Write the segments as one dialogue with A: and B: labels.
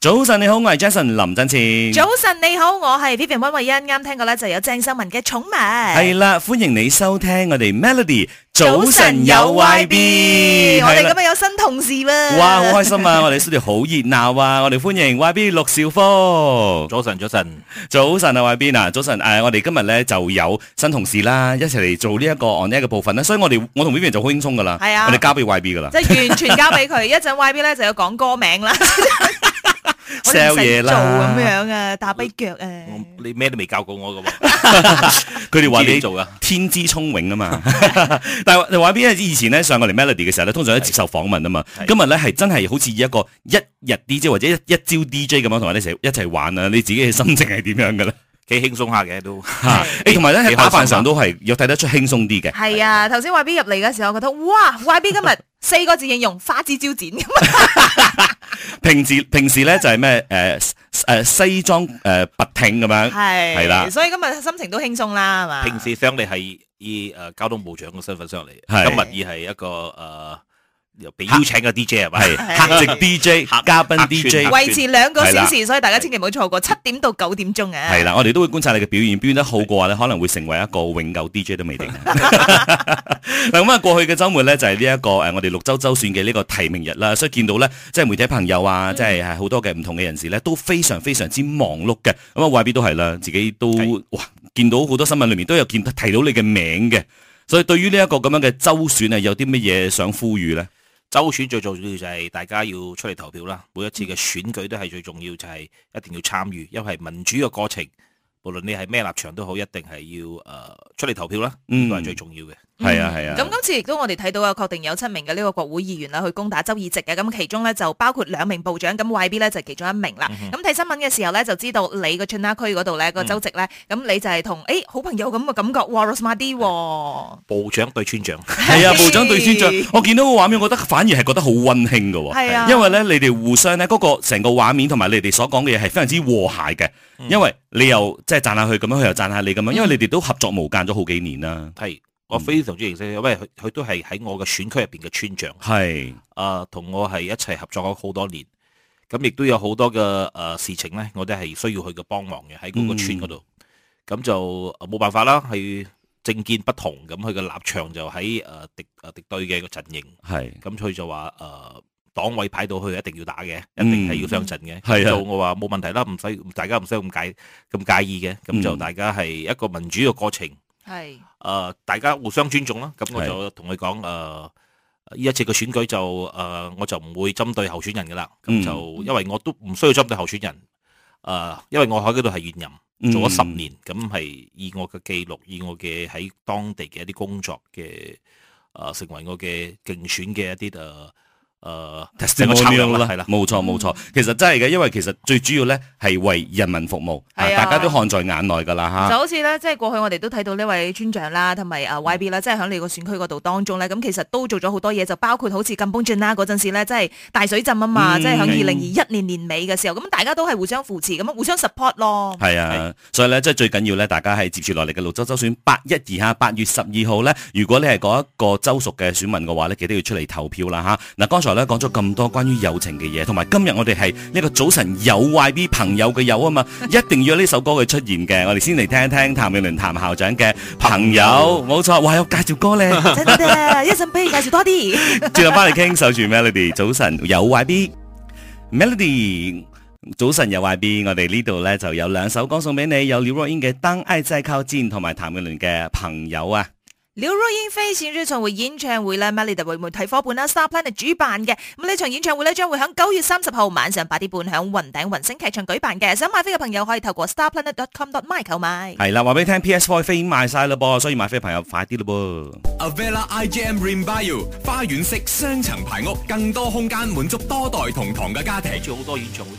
A: 早晨你好，我係 Jason 林振前。
B: 早晨你好，我係 Vivian 温慧欣，啱聽過咧就有鄭秀文嘅寵物。
A: 係啦，歡迎你收聽我哋 Melody 早晨有
B: YB，
A: YB，
B: 我
A: 係
B: 哋
A: 啦
B: 今日有新同事喎。
A: 哇，好開心啊！ 我哋 studio 好熱鬧啊！我哋歡迎 YB 陸兆福。
C: 早晨，早晨，
A: 早晨啊，YB 嗱，早晨誒、我哋今日咧就有新同事啦，一齊嚟做呢一個 on air 嘅部分啦，所以我哋我同 Vivian 就好輕鬆噶啦，
B: 係啊
A: 我哋交俾 YB 噶啦。
B: 即，係完全交俾佢， 一陣 YB 咧就要講歌名啦 我哋唔
A: sell 嘢
B: 使
A: 啦
B: 做咁樣啊，打跛腳啊。
C: 我你咩都未教過我噶 喎，
A: 佢哋話
C: 唔知
A: 你
C: 你做噶，
A: 天資聰穎啊嘛， 但係 YB 咧以前咧上過嚟 Melody 嘅時候咧，通常都接受訪問啊嘛，
C: 係
A: 今日咧係真係好似一個一日 DJ 或者一一朝 DJ 咁樣同我哋一齊一齊玩啊，你自己嘅心情係點樣 嘅咧？
C: 幾輕鬆下嘅都。
A: 嚇誒同埋咧喺
C: 幾
A: 打
C: 開心啊
A: 飯上都係有睇得出輕鬆 啲嘅。
B: 係啊，頭先 YB 入嚟嘅時候，我覺得哇，YB 今 日四個字形容花枝招展咁啊，
A: 平時平時咧就係 咩誒誒西裝誒筆挺咁樣。
B: 係
A: 係啦
B: 所以今日心情都輕鬆啦，係嘛？
C: 平時上嚟係以誒交通部長嘅身份上嚟，
A: 係
C: 今日以係一個誒又俾邀請嘅 DJ 係咪？
A: 係 客席 DJ、嘉賓 DJ，
C: 客
B: 維持兩個小
A: 係
B: 時，所以大家千祈唔好錯過七點到九點鐘啊！
A: 係啦，我哋都會觀察你嘅表現，表現得好嘅話咧，可能會成為一個永久 DJ 都未定。 嗱咁啊，過去嘅週末咧就係呢一個誒，我哋六州州選嘅呢個提名日啦，所以見到咧，即係媒體朋友啊，即係係好多嘅唔同嘅人士咧，都非常非常之忙碌嘅。咁啊，YB 都係啦，自己都
C: 係
A: 哇見到好多新聞裏面都有見提到你嘅名嘅，所以對於呢一個咁樣嘅州選啊，有啲乜嘢想呼籲咧？
C: 州選最重要就係大家要出嚟投票啦，每一次嘅選舉都係最重要，就係一定要參與，因為民主嘅過程，無論你係咩立場都好，一定係要誒呃出嚟投票啦，
A: 嗯
C: 呢個係最重要嘅。
B: 嗯
A: 係啊係啊
B: 咁今次亦都我哋睇到啊，確定有七名嘅呢個國會議員啊啦，去攻打州議席嘅。咁其中咧就包括兩名部長，咁 YB 咧就其中一名啦。
A: 嗯
B: 咁睇新聞嘅時候咧，就知道你個 c h 區嗰度咧個州席咧，咁你就係同誒好朋友咁嘅感覺喎 r o s m a d i 喎，
C: 部長對村長，
A: 係啊，部長對村長，我見到個畫面，我覺得反而係覺得好温馨嘅喎。
B: 係啊
A: 因為咧，你哋互相咧嗰、個成個畫面同埋你哋所講嘅嘢係非常之和諧嘅，
B: 嗯
A: 因為你又即係讚下佢咁樣，佢又讚下你咁樣，因為你哋都合作無間咗好幾年啦。
C: 係我非常之認識，因為佢佢都係喺我嘅選區入邊嘅村
B: 嗯
C: 長。
A: 係，
C: 啊，同我係一齊合作咗好多年，咁亦都有好多嘅誒、呃事情咧，我哋係需要佢嘅幫忙嘅喺
A: 嗯
C: 嗰個村嗰度，咁、就呃冇辦法啦，係政見不同，咁佢嘅立場就喺誒、呃敵誒、呃敵對嘅個陣營，
A: 係，
C: 咁佢就話誒、呃、黨委派到去一定要打嘅，一定係要上陣嘅，
A: 係啊
C: 咁就我話冇問題啦，唔使大家唔使咁介咁介意嘅，咁就
A: 嗯
C: 大家係一個民主嘅過程。
B: 係
C: 誒、呃大家互相尊重啦。咁我
A: 係
C: 就同佢講誒，呃呢、一次嘅選舉就誒、呃我就唔會針對候選人噶啦。
A: 嗯
C: 咁就、因為我都唔需要針對候選人。誒、呃因為我喺嗰度係現
A: 嗯
C: 任，做咗十年，咁係、以我嘅記錄，以我嘅喺當地嘅一啲工作嘅誒、呃成為我嘅競選嘅一啲呃誒誒
A: 嗯
C: 成個策略啦，係啦。
A: 冇
B: 嗯
A: 錯冇錯，其實真係嘅，因為其實最主要咧係為人民服務，啊
B: 係啊
A: 大家都看在眼內㗎啦嚇。
B: 就好似咧，即係過去我哋都睇到呢位村長啦，同埋啊 YB 啦，即係喺你個選區嗰度當中咧，咁其實都做咗好多嘢，就包括好似金邦俊啦嗰陣時咧，即係大水浸啊嘛，
A: 嗯
B: 即係喺二零二一年年尾嘅時候，咁大家都係互相扶持，咁樣互相 support 咯。
A: 係啊，所以咧，即係最緊要咧，大家係接住落嚟嘅六州州選八一二嚇，八月十二號咧，如果你係嗰一個州屬嘅選民嘅話咧，記得要出嚟投票啦嚇。嗱、剛才咧講咗咁多關於友情嘅嘢，同埋今日我哋係呢個早晨有 YB 朋友嘅友啊嘛，一定要有呢首歌嘅出現嘅。我哋先嚟聽一聽譚詠麟譚校長嘅朋友，冇錯，哇有介紹歌咧，
B: 真嘅，一陣俾你介紹多啲。
A: 轉頭翻嚟傾，守住 Melody，早晨有 YB，Melody。早晨有 YB，我哋呢度咧就有兩首歌送俾你，有廖若英嘅《當愛在靠近》同埋譚詠麟嘅《朋友》啊。
B: 廖若英飛線呢場會演唱會咧，Melody 為媒體伙伴啦，Star Planet 主辦嘅。咁呢場演唱會咧，將會喺九月三十號晚上八點半喺雲頂雲星劇場舉辦嘅。想買飛嘅朋友可以透過 starplanet.com.my 購買。
A: 係啦，話俾你聽，PS Four 飛已經賣晒啦噃，所以買飛嘅朋友快啲咯噃。
D: Avella IGM Rim Bio 花園式雙層排屋，更多空間滿足多代同堂嘅家庭。
C: 睇住好多演唱會同。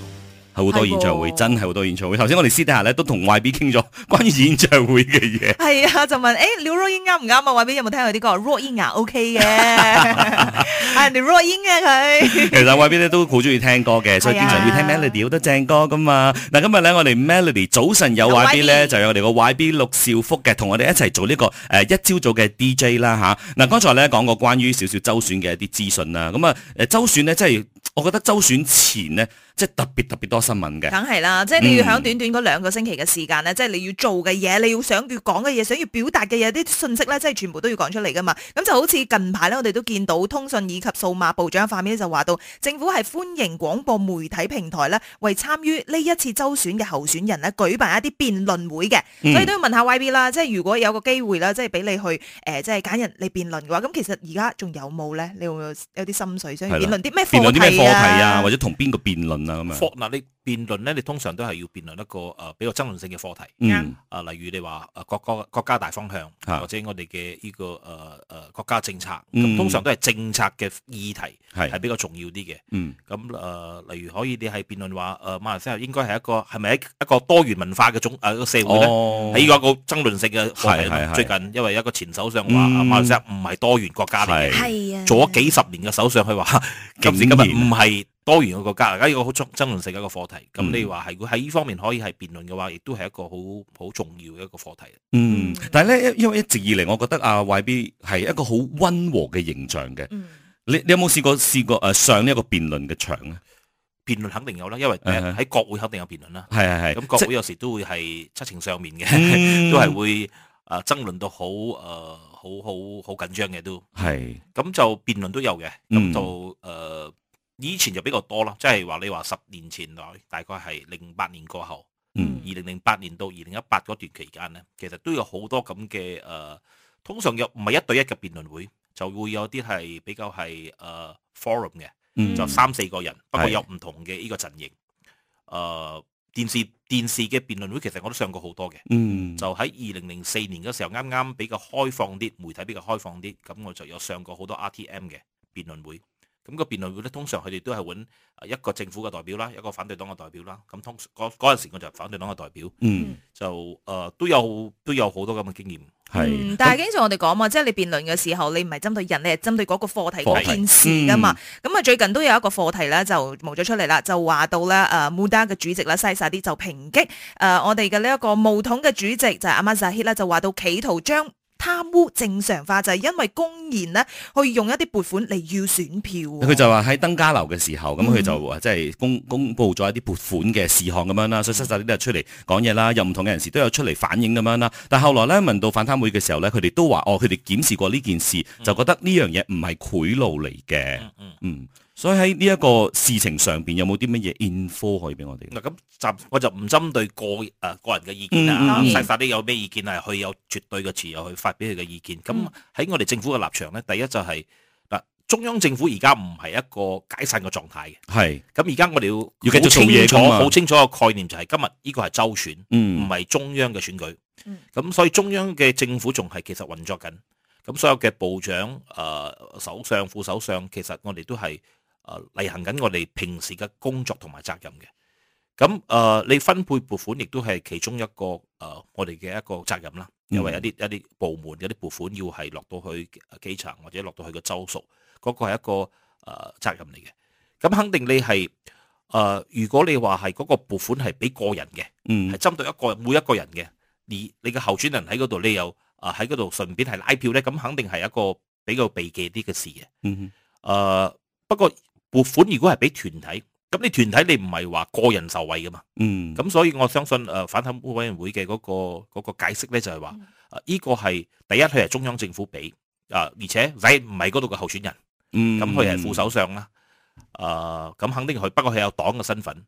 A: 係好多演唱會，
B: 係喎
A: 真係好多演唱會。頭先我哋私底下咧都同 YB 傾咗關於演唱會嘅嘢。
B: 係啊，就問誒、廖若英啱唔啱啊？話俾有冇聽過啲歌？若英啊，OK 嘅，係人哋若英嘅佢。
A: 其實 YB 咧都好中意聽歌嘅，所以
B: 係
A: 經
B: 啊
A: 常會聽 Melody 好多正歌噶嘛。嗱，今日咧我哋 Melody 早晨有
B: 有
A: YB 咧，
B: YB
A: 就有我哋個 YB 陸兆福嘅，同我哋一齊做呢個誒一朝早嘅 DJ 啦吓。嗱，剛才咧講過呃關於少少周選嘅一啲資訊啦，咁啊誒周選咧，即係我覺得周選前呢，即係特別特別多新聞嘅。嗯
B: 梗係啦，即係你要喺短短嗰兩個星期嘅時間咧，即係你要做嘅嘢，你要想要講嘅嘢，想要表達嘅嘢，啲信息咧，即係全部都要講出嚟噶嘛。咁就好似近排咧，我哋都見到通訊以及數碼部長嘅塊面就話到，政府係歡迎廣播媒體平台咧，為參與呢一次州選嘅候選人咧，舉辦一啲辯論會嘅。
A: 嗯
B: 所以都要問下 YB 啦，即係如果有個機會啦，即係俾你去誒、呃即係揀人嚟辯論嘅話，咁其實而家仲有冇咧？你會唔會有啲心水想要
A: 係啦
B: 辯論啲咩
A: 辯論
B: 課
A: 啲咩課
B: 題
A: 題啊，
B: 啊
A: 或？者同邊個辯論啊咁樣。
C: 課嗱，你辯論咧，你通常都係要辯論一個誒、呃比較爭論性嘅課題。
A: 嗯
C: 啊，例如你話誒國國國家大方向，
A: 啊
C: 或者我哋嘅呢個誒誒、呃呃、國家政策，咁、
A: 嗯
C: 通常都係政策嘅議題
A: 係
C: 係比較重要啲嘅。
A: 嗯
C: 咁誒、呃例如可以你係辯論話誒馬來西亞應該係一個係咪一一個多元文化嘅種誒、呃、個社會咧？
A: 哦
C: 喺呢個一個爭論性嘅課
A: 係係
C: 題
A: 係
C: 啦，最近因為一個前首相話啊
A: 嗯
C: 馬來西亞唔係多元國家嚟嘅
A: 係，
B: 係啊
C: 做咗幾十年嘅首相，佢 話今時今日唔係多元嘅國家，而家呢個好爭爭論性嘅一個課
A: 嗯
C: 題。咁你話係如果喺呢方面可以係辯論嘅話，亦都係一個好好重要嘅一個課題。
A: 嗯，但係咧，因為一直以嚟，我覺得啊 YB 係一個好温和嘅形象嘅。
B: 嗯
A: 你你有冇試過試過誒上呢一個辯論嘅場咧？
C: 辯論肯定有啦，因為第一
A: 嗯哼
C: 喺國會肯定有辯論啦。
A: 係係係，
C: 咁國
A: 即
C: 會有時都會係七情上面嘅，
A: 嗯
C: 都係會誒爭論到好誒好好好緊張嘅都。
A: 係
C: 咁就辯論都有嘅，
A: 嗯
C: 咁就誒、呃以前就比較多啦，即係話你話十年前內，大概係零八年過後，
A: 嗯
C: 二零零八年到二零一八嗰段期間呢，其實都有好多咁嘅誒，通常有唔係一對一嘅辯論會，就會有啲係比較係誒、呃 forum 嘅，
A: 嗯
C: 就三四個人，不過
A: 係
C: 有唔同嘅呢個陣營。誒、呃、電視電視嘅辯論會其實我都上過好多嘅。
A: 嗯
C: 就喺二零零四年嘅時候，啱啱比較開放啲，媒體比較開放啲，咁我就有上過好多 RTM 嘅辯論會。咁、個辯論會咧，通常佢哋都係揾呃一個政府嘅代表啦，一個反對黨嘅代表啦。咁通嗰嗰陣時，我就係反對黨嘅代表，
A: 嗯
C: 就誒、呃都有都有好多咁嘅經驗。
A: 係
B: 嗯，但係經常我哋講嘛，即係你辯論嘅時候，你唔係針對人，你係針對嗰個課題
A: 課
B: 嗰
A: 題嗯
B: 件事噶嘛。咁啊，最近都有一個課題咧，就冒咗出嚟啦，就話到咧，誒 Muda 嘅主席啦，西晒啲就抨擊誒我哋嘅呢一個務統嘅主席就係阿 m a z a h i 咧，就話到企圖將貪污正常化，就係因為公然咧去用一啲撥款嚟要選票啊喎。
A: 佢就話喺登嘉樓嘅時候，咁佢
B: 嗯
A: 就話即係公公佈咗一啲撥款嘅事項咁樣啦，所以失晒啲人出嚟講嘢啦，有唔同嘅人士都有出嚟反映咁樣啦。但後來咧問到反貪會嘅時候咧，佢哋都話哦，佢哋檢視過呢件事，就覺得呢樣嘢唔係賄賂嚟嘅。
C: 嗯嗯。
A: 嗯，所以喺呢一個事情上邊有冇啲乜嘢 info 可以俾我哋？
C: 嗱咁暫我就唔針對個誒、呃、個人嘅意
A: 嗯
C: 見啦，
B: 嗯
C: 細法啲有咩意見係佢有絕對嘅自由去發表佢嘅意見。咁
B: 嗯
C: 喺我哋政府嘅立場咧，第一就係、嗱中央政府而家唔係一個解散嘅狀態嘅。
A: 係，
C: 咁而家我哋要
A: 要繼續
C: 好
A: 做
C: 清
A: 嘢
C: 楚
A: 㗎嘛
C: 好清楚嘅概念就係今日呢個係州選，唔
A: 嗯，
C: 係中央嘅選舉。咁、
B: 嗯
C: 所以中央嘅政府仲係其實運作緊。咁所有嘅部長、誒、呃、首相、副首相，其實我哋都係誒、呃、履行緊我哋平時嘅工作同埋責任嘅。咁誒、呃你分配撥款亦都係其中一個誒、呃我哋嘅一個責任啦。因為有啲一啲部門有啲撥款要係落到去基層或者落到去個州屬，嗰、個係一個誒、呃、責任嚟嘅。咁肯定你係誒、呃如果你話係嗰個撥款係俾個人嘅，係
A: 嗯，
C: 針對一個每一個人嘅，而你嘅候選人喺嗰度，你又啊喺嗰度順便係拉票咧，咁肯定係一個比較避忌啲嘅事嘅。
A: 嗯，
C: 誒、不過撥款如果係俾團體，咁你團體你唔係話個人受惠噶嘛，
A: 嗯，
C: 咁所以我相信誒、呃反貪污委員會嘅嗰、個嗰、個解釋咧就係話，誒、依個係第一佢係中央政府俾，啊、而且仔唔係嗰度嘅候選人。
A: 嗯
C: 咁佢係副，首相啦。誒、咁肯定佢，不過佢有黨嘅身份。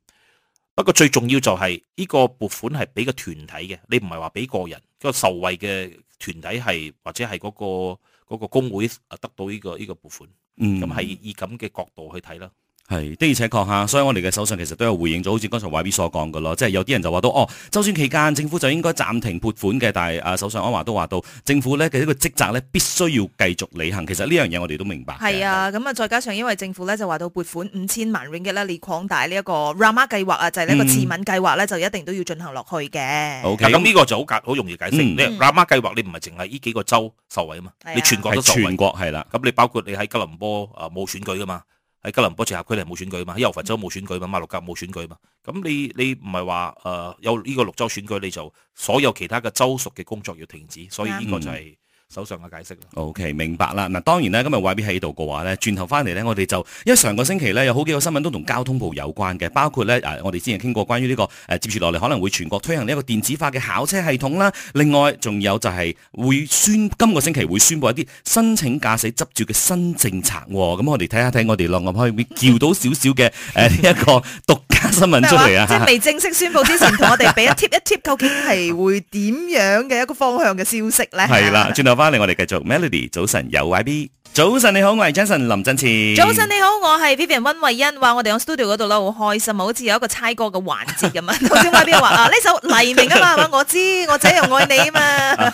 C: 不過最重要就係呢個撥款係俾個團體嘅，你唔係話俾個人。個受惠嘅團體係或者係嗰、個嗰個工會呃得到呢、個呢、個撥款，
A: 嗯
C: 咁係以咁嘅角度去睇啦。
A: 係的而且確嚇，所以我哋嘅首相其實都有回應咗，好似剛才 YB 所講嘅咯，即係有啲人就話到哦，周選期間政府就應該暫停撥款嘅，但係啊首相安華都話到政府咧嘅呢個職責咧必須要繼續履行，其實呢樣嘢我哋都明白嘅。
B: 係啊，咁啊，再加上因為政府咧就話到撥款五千萬 ringgit 咧，你擴大呢一個 Rama 計劃啊，就係呢一個次敏計劃咧，就一定都要進行落去嘅。
A: 嗯好 OK，
C: 嗱咁呢個就好解好容易解釋。
A: 嗯
C: 你 Rama 計劃你唔係淨係呢幾個州受惠啊嘛，
B: 係啊
C: 你全國都
A: 係
C: 受惠
A: 全。國係啦，
C: 咁你包括你喺吉隆坡啊冇選舉噶嘛，喺吉隆坡直轄區你係冇選舉嘛，喺柔佛州冇選舉嘛，馬六甲冇選舉嘛。咁你你唔係話啊誒有呢個六州選舉你就所有其他嘅州屬嘅工作要停止，所以呢個就係首相嘅解釋啦。
A: OK，明白啦。嗱，當然啦，今日 YB 喺度嘅話咧，轉頭翻嚟咧，我哋就因為上個星期咧有好幾個新聞都同交通部有關嘅，包括咧誒，我哋之前傾過關於呢、個誒、接住落嚟可能會全國推行呢一個電子化嘅考車系統啦。另外仲有就係會宣今個星期會宣布一啲申請駕駛執照嘅新政策喎。咁我哋睇下睇我哋落岸可以叫到少少嘅誒呢一個獨家新聞出 嚟
B: 即係
A: 啊！
B: 未正式宣布之前，同我哋俾一貼一貼，究竟係會點樣嘅一個方向嘅消息咧？
A: 係啦，轉頭翻嚟我哋繼續 Melody 早晨有 YB。早晨你好，我係 Jason 林振前。
B: 早晨你好，我係 Vivian 温慧欣，話我哋喺 studio 嗰度啦，好開心啊，好似有一個猜歌嘅環節咁啊！頭 先 Y B 話啊，呢首黎明啊嘛係嘛，我知我仔又愛你啊 嘛，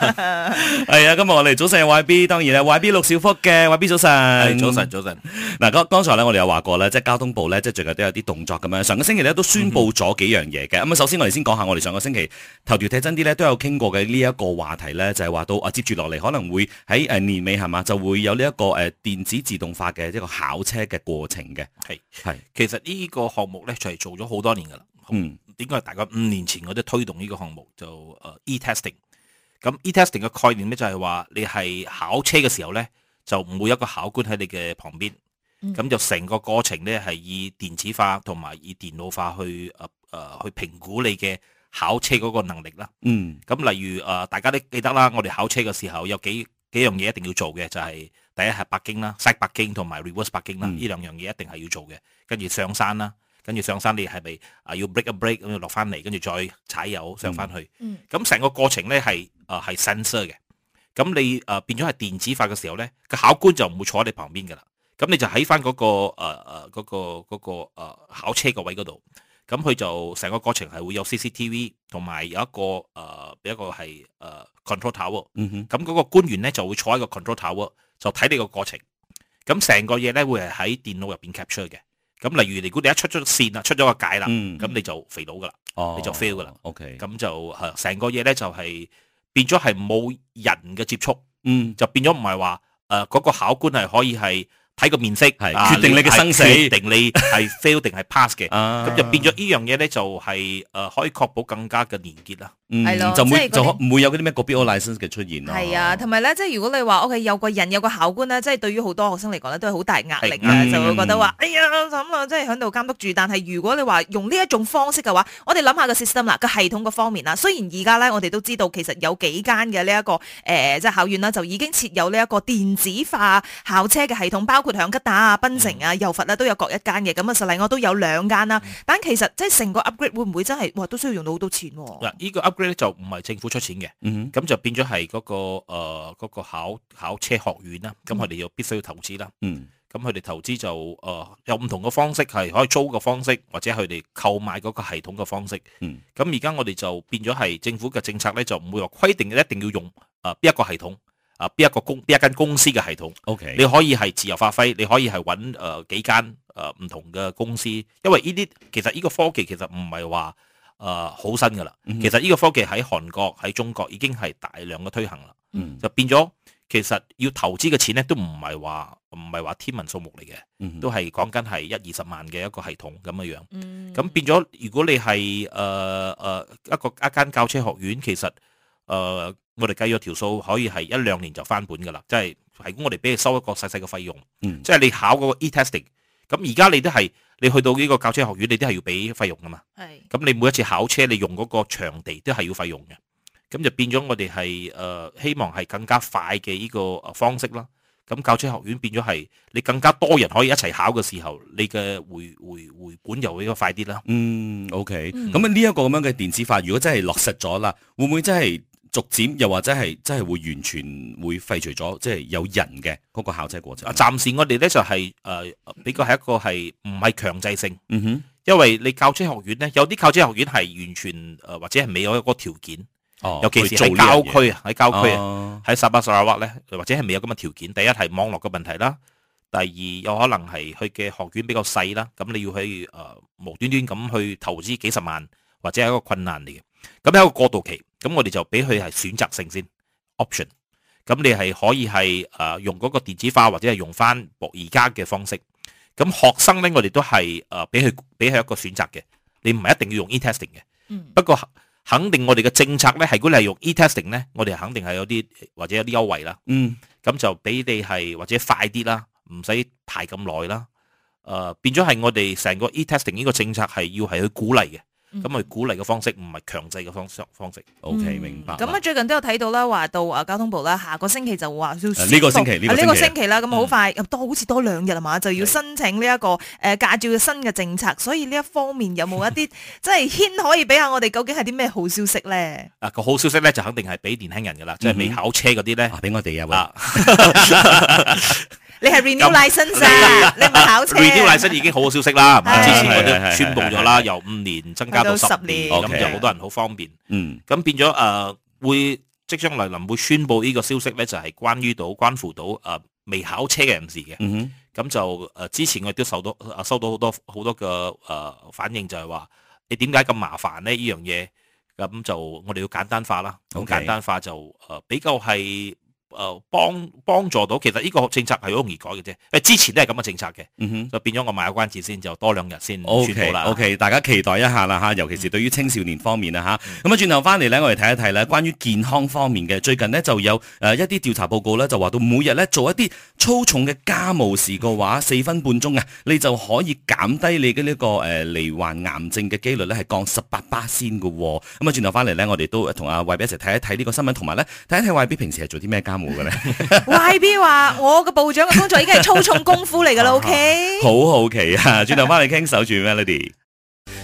A: 系啊，今日我哋早晨有 YB，當然啦，YB 陸兆福嘅 YB 早晨，
C: 係早晨，。早晨。
A: 嗱，剛剛才咧，我哋有話過咧，即係交通部咧，即係最近都有啲動作咁樣。上個星期咧都宣布咗幾樣嘢嘅。咁啊，首先我哋先講下我哋上個星期頭條睇真啲咧都有傾過嘅呢一個話題咧，就係話到啊，接住落嚟可能會喺誒年尾係嘛，就會有呢一個誒電子自動化嘅一個考車嘅過程嘅。
C: 係
A: 係，
C: 其實呢個項目咧就係做咗好多年㗎啦。
A: 嗯
C: 應該係大概五年前我都推動呢個項目，就誒、呃 e-testing。咁 e-testing 嘅概念咧就係話你係考車嘅時候咧，就唔會有一個考官喺你嘅旁邊，
B: 嗯
C: 咁就成個過程咧係以電子化同埋以電腦化去誒誒、呃去評估你嘅考車嗰個能力啦。
A: 嗯
C: 咁例如誒、呃大家都記得啦，我哋考車嘅時候有幾幾樣嘢一定要做嘅，就係、第一係北京啦 s i d 北京同埋 reverse 北京啦，
A: 嗯
C: 呢、兩樣嘢一定係要做嘅。跟住上山啦，跟住上山你係咪啊要 break a break 咁樣落翻嚟，跟住再踩油上翻去。
B: 嗯
C: 咁成、個過程咧係誒係 sensor 嘅。咁你誒、呃、變咗係電子化嘅時候咧，個考官就唔會坐喺你旁邊㗎啦。咁你就喺翻嗰個誒誒嗰個嗰、個、呃、考車個位嗰度，咁佢就成個過程係會有 CCTV 同埋有一個誒、呃、一個係誒、呃 control tower。
A: 嗯哼
C: 咁嗰個官員咧就會坐喺個 control tower，就睇你個過程。咁成個嘢咧會係喺電腦入邊 capture 嘅。咁例如，如果你一出咗線啦，出咗個界啦，咁、
A: 嗯，
C: 你就肥佬噶啦，
A: 哦
C: 你就 fail 㗎啦
A: OK，
C: 咁就呃成個嘢咧就係、變咗係冇人嘅接觸，
A: 嗯
C: 就變咗唔係話誒嗰個考官係可以係睇個面色，
A: 係
C: 啊
A: 決定你嘅
C: 係
A: 生死
C: 決定你係 fail 定係 pass 嘅。
A: 啊
C: 咁就變咗呢樣嘢咧，就係、呃可以確保更加嘅連結啦。
A: 嗯
B: 係咯
A: 就唔會
B: 即係嗰啲
A: 就可唔會有嗰啲咩個 B O license 嘅出現
C: 哦
A: 咯。
B: 係啊，同埋咧，即係如果你話我哋有個人有個考官咧，即係對於好多學生嚟講咧，都係好大壓力啊，
C: 嗯
A: 係
B: 就會覺得話，哎呀咁啊，即係喺度監督住。但係如果你話用呢一種方式嘅話，我哋諗下個 system 啦，個系統個方面啦。雖然而家咧，我哋都知道其實有幾間嘅呢一個誒、呃即係考院啦，就已經設有呢一個電子化考車嘅系統，包括響吉打啊、檳城啊、柔佛咧都有各一間嘅。咁啊，實例我都有兩間
C: 嗯
B: 啦。但其實即係成個 upgrade 會唔會真係哇都需要用到好多錢喎、
A: 哦
C: 嗱，呢個 upgrade 咧就唔係政府出錢嘅，
A: 嗯
C: 咁就變咗係嗰個呃誒嗰、個考考車學院啦。咁佢哋又必須要投資啦。
A: 嗯
C: 咁佢哋投資就誒、呃有唔同嘅方式，係可以租嘅方式，或者佢哋購買嗰個系統嘅方式。
A: 嗯
C: 咁而家我哋就變咗係政府嘅政策咧，就唔會話規定一定要用誒邊一個系統，啊邊一個公邊一間公司嘅系統。
A: ，OK，
C: 你可以係自由發揮，你可以係揾誒幾間呃誒唔同嘅公司，因為呢啲其實呢個科技其實唔係話誒好新噶啦，
A: 嗯
C: 其實呢個科技喺韓國喺中國已經係大量嘅推行啦，
A: 嗯
C: 就變咗其實要投資嘅錢咧都唔係話唔係話天文數目嚟嘅，
A: 嗯
C: 都係講緊係一二十萬嘅一個系統咁嘅樣。
B: 嗯
C: 咁變咗，如果你係誒誒一個一間教車學院，其實誒、呃我哋計咗條數，可以係一兩年就翻本噶啦，即係係我哋俾你收一個細細嘅費用，
A: 嗯
C: 即係你考嗰個 e-testing。咁而家你都係你去到呢個教車學院，你都係要俾費用噶嘛。
B: 係
C: 咁你每一次考車，你用嗰個場地都係要費用嘅。咁就變咗我哋係誒希望係更加快嘅呢個呃方式啦。咁教車學院變咗係你更加多人可以一齊考嘅時候，你嘅回回回本又會快啲啦。
A: 嗯，OK，
B: 嗯
A: 咁啊呢一個咁樣嘅電子化，如果真係落實咗啦，會唔會真係逐漸又或者係真係會完全會廢除咗即係有人嘅嗰個考車過程
C: 啊，？暫時我哋咧就係、誒、比較係一個係唔係強制性，
A: 嗯哼，
C: 因為你教車學院咧，有啲教車學院係完全誒、或者係未有一個條件，
A: 哦
C: 尤其
A: 去
C: 是
A: 做
C: 喺
A: 呢
C: 郊
A: 樣嘢
C: 區啊，喺郊區啊，
A: 哦
C: 喺沙巴沙拉屈咧，或者係未有咁嘅條件。第一係網絡嘅問題啦，第二有可能係佢嘅學院比較細啦，咁你要去誒、呃無端端咁去投資幾十萬，或者係一個困難嚟嘅。咁有一個過渡期，咁我哋就俾佢係選擇性先 option。咁你係可以係誒、呃用嗰個電子化或者係用翻而家嘅方式。咁學生呃咧，我哋都係誒俾佢俾佢一個選擇嘅，你唔係一定要用 e-testing 嘅。
B: 嗯
C: 不過肯定我哋嘅政策咧，係如果你係用 e-testing 咧，我哋肯定係有啲或者有啲優惠啦。
A: 嗯
C: 咁就俾你係或者快啲啦，唔使排咁耐啦。誒、變咗係我哋成個 e-testing 呢個政策係要係去鼓勵嘅，咁係、鼓勵嘅方式，唔係強制嘅方式方式。
A: ，OK，
B: 嗯
A: 明白啦。
B: 咁啊，最近都有睇到啦，話到啊交通部啦，下個星期就話要
A: 呢個星期呢個星期
B: 啊呢個星期啦，咁啊
C: 嗯
B: 好快又多好似多兩日啊嘛，就要
C: 係
B: 申請呢一個誒駕照嘅新嘅政策，所以呢一方面有冇 一啲即係牽可以俾下我哋，究竟係啲咩好消息咧？
C: 啊，個好消息咧就肯定係俾年輕人噶啦，即係未考車嗰啲咧
A: 啊，俾我哋啊喂。
C: 啊
B: 你係 renew license 啊， 你唔係考車
C: renew 奶已經好好消息啦，係咪
B: 係
C: 之前我
A: 係係
C: 都
A: 係
C: 宣布咗啦，由五年增加到十年，
B: 去
A: 十
B: 到
A: 年
C: 咁就好多人好方便。
A: 嗯
C: 咁變咗誒、呃、會即將來臨會宣布呢個消息咧，就係、關於到關乎到誒、呃未考車嘅人士嘅。
A: 嗯哼
C: 咁就誒、呃之前我亦都受到呃收到好多好多嘅誒、呃反應，就係話你點解咁麻煩呢？呢樣嘢咁就我哋要簡單化啦。咁
A: OK
C: 簡單化就誒、呃比較係誒幫幫助到，其實呢個政策係好容易改嘅啫。因為之前都係咁嘅政策嘅，
A: 嗯哼。
C: 就變咗我賣咗關子先，就多兩日先宣
A: O
C: 布
A: K
C: 啦。嗯
A: O K，大家期待一下啦嚇，尤其是對於青少年方面啦嚇。咁啊，轉頭翻嚟咧，我哋睇一睇咧，關於健康方面嘅，最近呢，就有呃誒一啲調查報告咧，就話到每日咧做一啲粗重嘅家務事嘅話，四分半鐘啊，你就可以減低你嘅呢個誒罹患癌症嘅機率咧，係降十八巴仙嘅喎。咁啊，轉頭翻嚟咧，我哋都同阿惠比一齊睇一睇呢個新聞，同埋咧睇一睇惠比平時係做啲咩家務嘅咧。
B: YB 話我嘅部長嘅工作已經係粗重功夫嚟㗎 啦，OK？
A: 好好奇啊！轉頭翻嚟傾守住 Melody。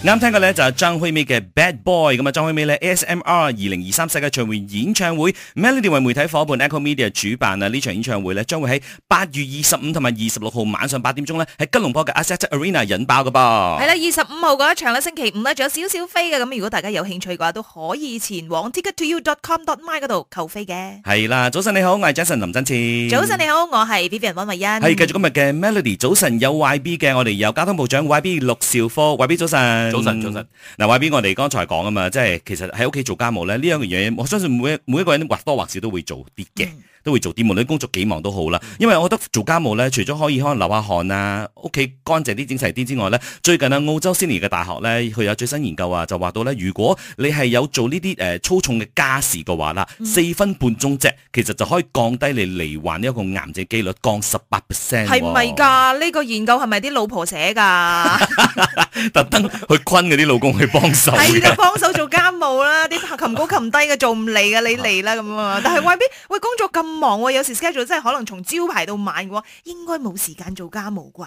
A: 啱聽過咧就係張惠妹嘅 Bad Boy，咁啊張惠妹咧 ASMR 二零二三世界巡迴演唱會，Melody 為媒體伙伴 Echo Media 主辦啊，呢場演唱會咧將會喺八月二十五同埋二十六號晚上八點鐘咧喺吉隆坡嘅 Axiata Arena 引爆噶
B: 係
A: 噃。
B: 啦，二十五號嗰一場咧，星期五咧，仲有少少飛嘅，咁如果大家有興趣嘅話，都可以前往 tickettoyou.com.my 嗰度購飛嘅。
A: 係啦，早晨你好，我係 Jason 林真前。
B: 早晨你好，我係 Vivian 温慧欣。
A: 係繼續今日嘅 Melody 早晨有 YB 嘅，我哋有交通部長 YB 陸兆科，YB 早晨，
C: 早晨早晨。
A: 嗱，YB 我哋剛才講啊嘛，即係其實喺屋企做家務咧，呢樣嘢我相信每一每一個人或多或少都會做啲嘅。
B: 嗯
A: 都會做啲，無論工作幾忙都好啦。因為我覺得做家務咧，除咗可以可能流下汗啊，屋企乾淨啲、整齊啲之外咧，最近啊澳洲悉尼嘅大學咧，佢有最新研究啊，就話到咧，如果你係有做呢啲誒粗重嘅家事嘅話啦，
B: 嗯
A: 四分半鐘啫，其實就可以降低你罹患呢一個癌症機率，降十八 percent。
B: 係咪？噶？呢個研究係咪啲老婆寫噶？
A: 特登去昆嗰啲老公去幫手
B: 係
A: 嘅
B: 啦，。幫手做家務啦，啲擒高擒低嘅做唔嚟嘅，你嚟啦咁啊！但係喂邊喂工作咁忙喎，有時 schedule 真係可能從朝排到晚嘅喎，應該冇時間做家務 啩？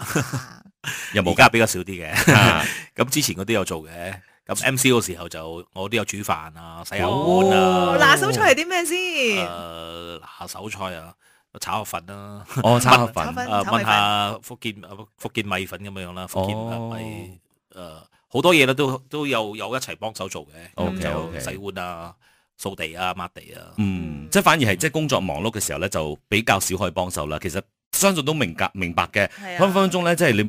A: 有
C: 而
A: 冇 㗎？
C: 家比較少啲嘅。
A: 啊
C: 咁之前我都有做嘅。咁 MC 嗰時候就我都有煮飯啊、洗下碗
A: 哦
C: 啊、
B: 嗱，手菜係啲咩
C: 誒
A: 啊
B: 先？
C: 下手菜啊，炒下粉啦，
A: 哦，炒下
B: 炒
A: 飯
B: 飯。
C: 誒
B: 炒米
C: 問下福建啊福建米粉咁樣啦，福建啊嗯
A: 哦
C: 米誒好多嘢咧都都有有一齊幫手做嘅。
B: 嗯
A: OK，
C: 就
A: OK
C: 洗碗啊、掃地啊、抹地啊。
A: 嗯，即係反而係即係工作忙碌嘅時候咧，就比較少可以幫手啦。其實相信都明白明白嘅，
B: 係啊
A: 分分鐘咧，即係你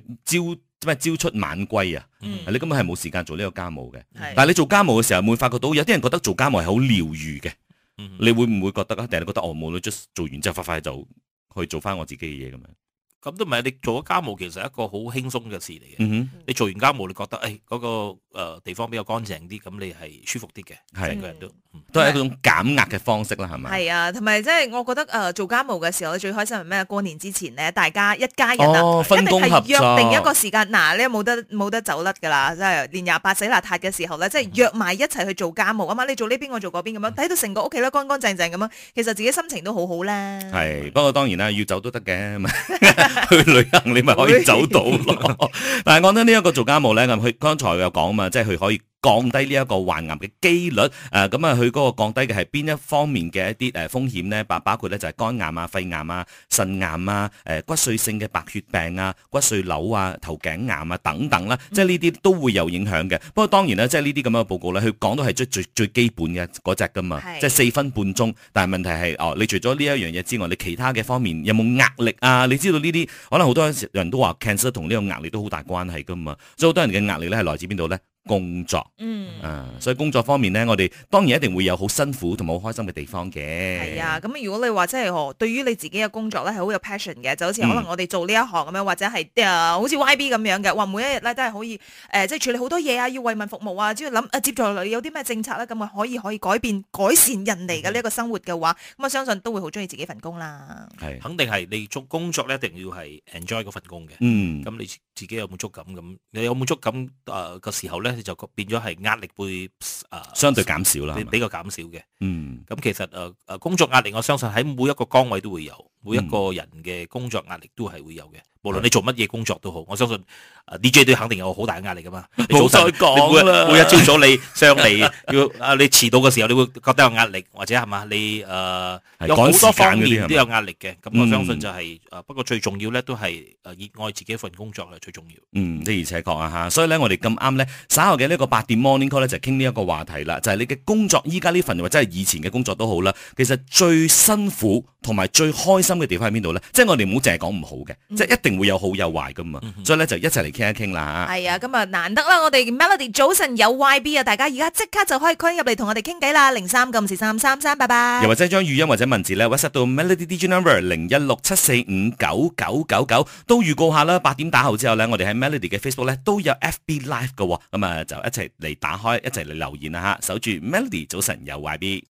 A: 朝咩朝出晚歸啊！
C: 嗯
A: 你根本係冇時間做呢個家務嘅。
B: 係
A: 但係你做家務嘅時候，會發覺到有啲人覺得做家務係好療愈嘅。
C: 嗯
A: 你會唔會覺得啊？定係你覺得哦，無論 just 做完之後，快快就去做翻我自己嘅嘢咁樣？
C: 咁都唔係你做咗家務，其實係一個好輕鬆嘅事嚟嘅。
A: 嗯
C: 你做完家務，你覺得誒嗰個呃地方比較乾淨啲，咁你係舒服啲嘅，
A: 哼，
C: 成
A: 係
C: 個人都。嗯
A: 都係一種減壓嘅方式啦，係咪？
B: 係啊，同埋即係我覺得誒、呃做家務嘅時候咧，最開心係咩？過年之前咧，大家一家人啊，
A: 哦分工
B: 一定
A: 合
B: 係
A: 作
B: 約定一個時間，嗱、你冇得冇得走甩㗎啦，即係年廿八洗邋遢嘅時候咧，
A: 嗯
B: 即係約埋一齊去做家務啊嘛，你做呢邊我做嗰邊咁樣，睇到成個屋企咧乾乾淨淨咁樣，其實自己心情都好好啦。
A: 係，不過當然啦，要走都得嘅，咪去旅行你咪可以走到咯。但係講真，呢一個做家務咧，咁佢剛才有講嘛，即係佢可以降低呢一個患癌嘅機率。誒、咁啊，佢嗰個降低嘅係邊一方面嘅一啲誒風險咧？包包括咧就係肝癌啊、肺癌啊、腎癌啊、誒、骨髓性嘅白血病啊、骨髓瘤啊、頭頸癌啊等等啦，即係呢啲都會有影響嘅。不過當然啦，即係呢啲咁樣嘅報告咧，佢講到係最最最基本嘅嗰只噶嘛，
B: 係
A: 即係四分半鐘。但係問題係哦，你除咗呢一樣嘢之外，你其他嘅方面有冇壓力啊？你知道呢啲可能好多人都話 cancer 同呢個壓力都好大關係噶嘛，所以好多人嘅壓力咧係來自邊度咧？工作。
B: 嗯。
A: 啊，所以工作方面呢，我哋當然一定會有好辛苦同埋好開心嘅地方嘅。
B: 係啊，咁如果你話即係哦，對於你自己嘅工作咧係好有 passion 嘅，就好似可
A: 嗯
B: 能我哋做呢一行咁樣，或者係呃好似 YB 咁樣嘅，哇！每一日咧都係可以誒、呃即係處理好多嘢啊，要為民服務啊，只要諗啊接住落嚟有啲咩政策咧，咁啊可以可以改變改善人哋嘅呢一個生活嘅話，咁我啊相信都會好中意自己份工啦。
A: 係，
C: 肯定係你做工作咧，一定要係 enjoy 嗰份工嘅。
A: 嗯，
C: 咁你自自己有滿足感咁，你有滿足感誒個時候咧，你就變咗係壓力會誒
A: 相對減少啦。
C: 比
A: 係嘛
C: 比較減少嘅。
A: 嗯
C: 咁其實誒誒、呃工作壓力，我相信喺每一個崗位都會有，每一個人嘅工作壓力都係會有嘅。無論你做乜嘢工作都好，我相信呃 DJ 都肯定有好大壓力 噶嘛。你
A: 冇
C: 早晨
A: 再講
C: 你每
A: 啦
C: 每一朝早你上嚟要啊，你遲到嘅時候你會覺得有壓力，或者係嘛你誒、呃
A: 係
C: 有好
A: 趕時間
C: 多方
A: 嗰啲係嘛
C: 面都啊有壓力嘅。咁我相
A: 嗯
C: 信就係、呃不過最重要咧都係誒熱愛自己份工作係最重要。
A: 嗯，的而且確啊嚇，所以咧我哋咁啱咧，稍後嘅呢個八點 morning call 咧就傾呢一個話題啦，就係、你嘅工作依家呢份或者係以前嘅工作都好啦，其實最辛苦同埋最開心嘅地方喺邊度咧？即係我哋唔好淨係講唔好嘅，
B: 嗯
A: 即係一定會有好有壞噶嘛，
C: 嗯
A: 所以咧就一齊嚟傾一傾啦嚇。
B: 係啊，今日難得啦，我哋 Melody 早晨有 YB 啊，大家而家即刻就可以 call 入嚟同我哋傾偈啦，零三九四三三三，拜拜
A: 又。或者將語音或者文字咧 WhatsApp 到 Melody DJ Number 零一六七四五九九九九，都預告下啦。八點打後之後咧，我哋喺 Melody 嘅 Facebook 咧都有啊 FB Live 嘅喎，咁啊就一齊嚟打開，一齊嚟留言啦嚇。守住 Melody 早晨有 YB。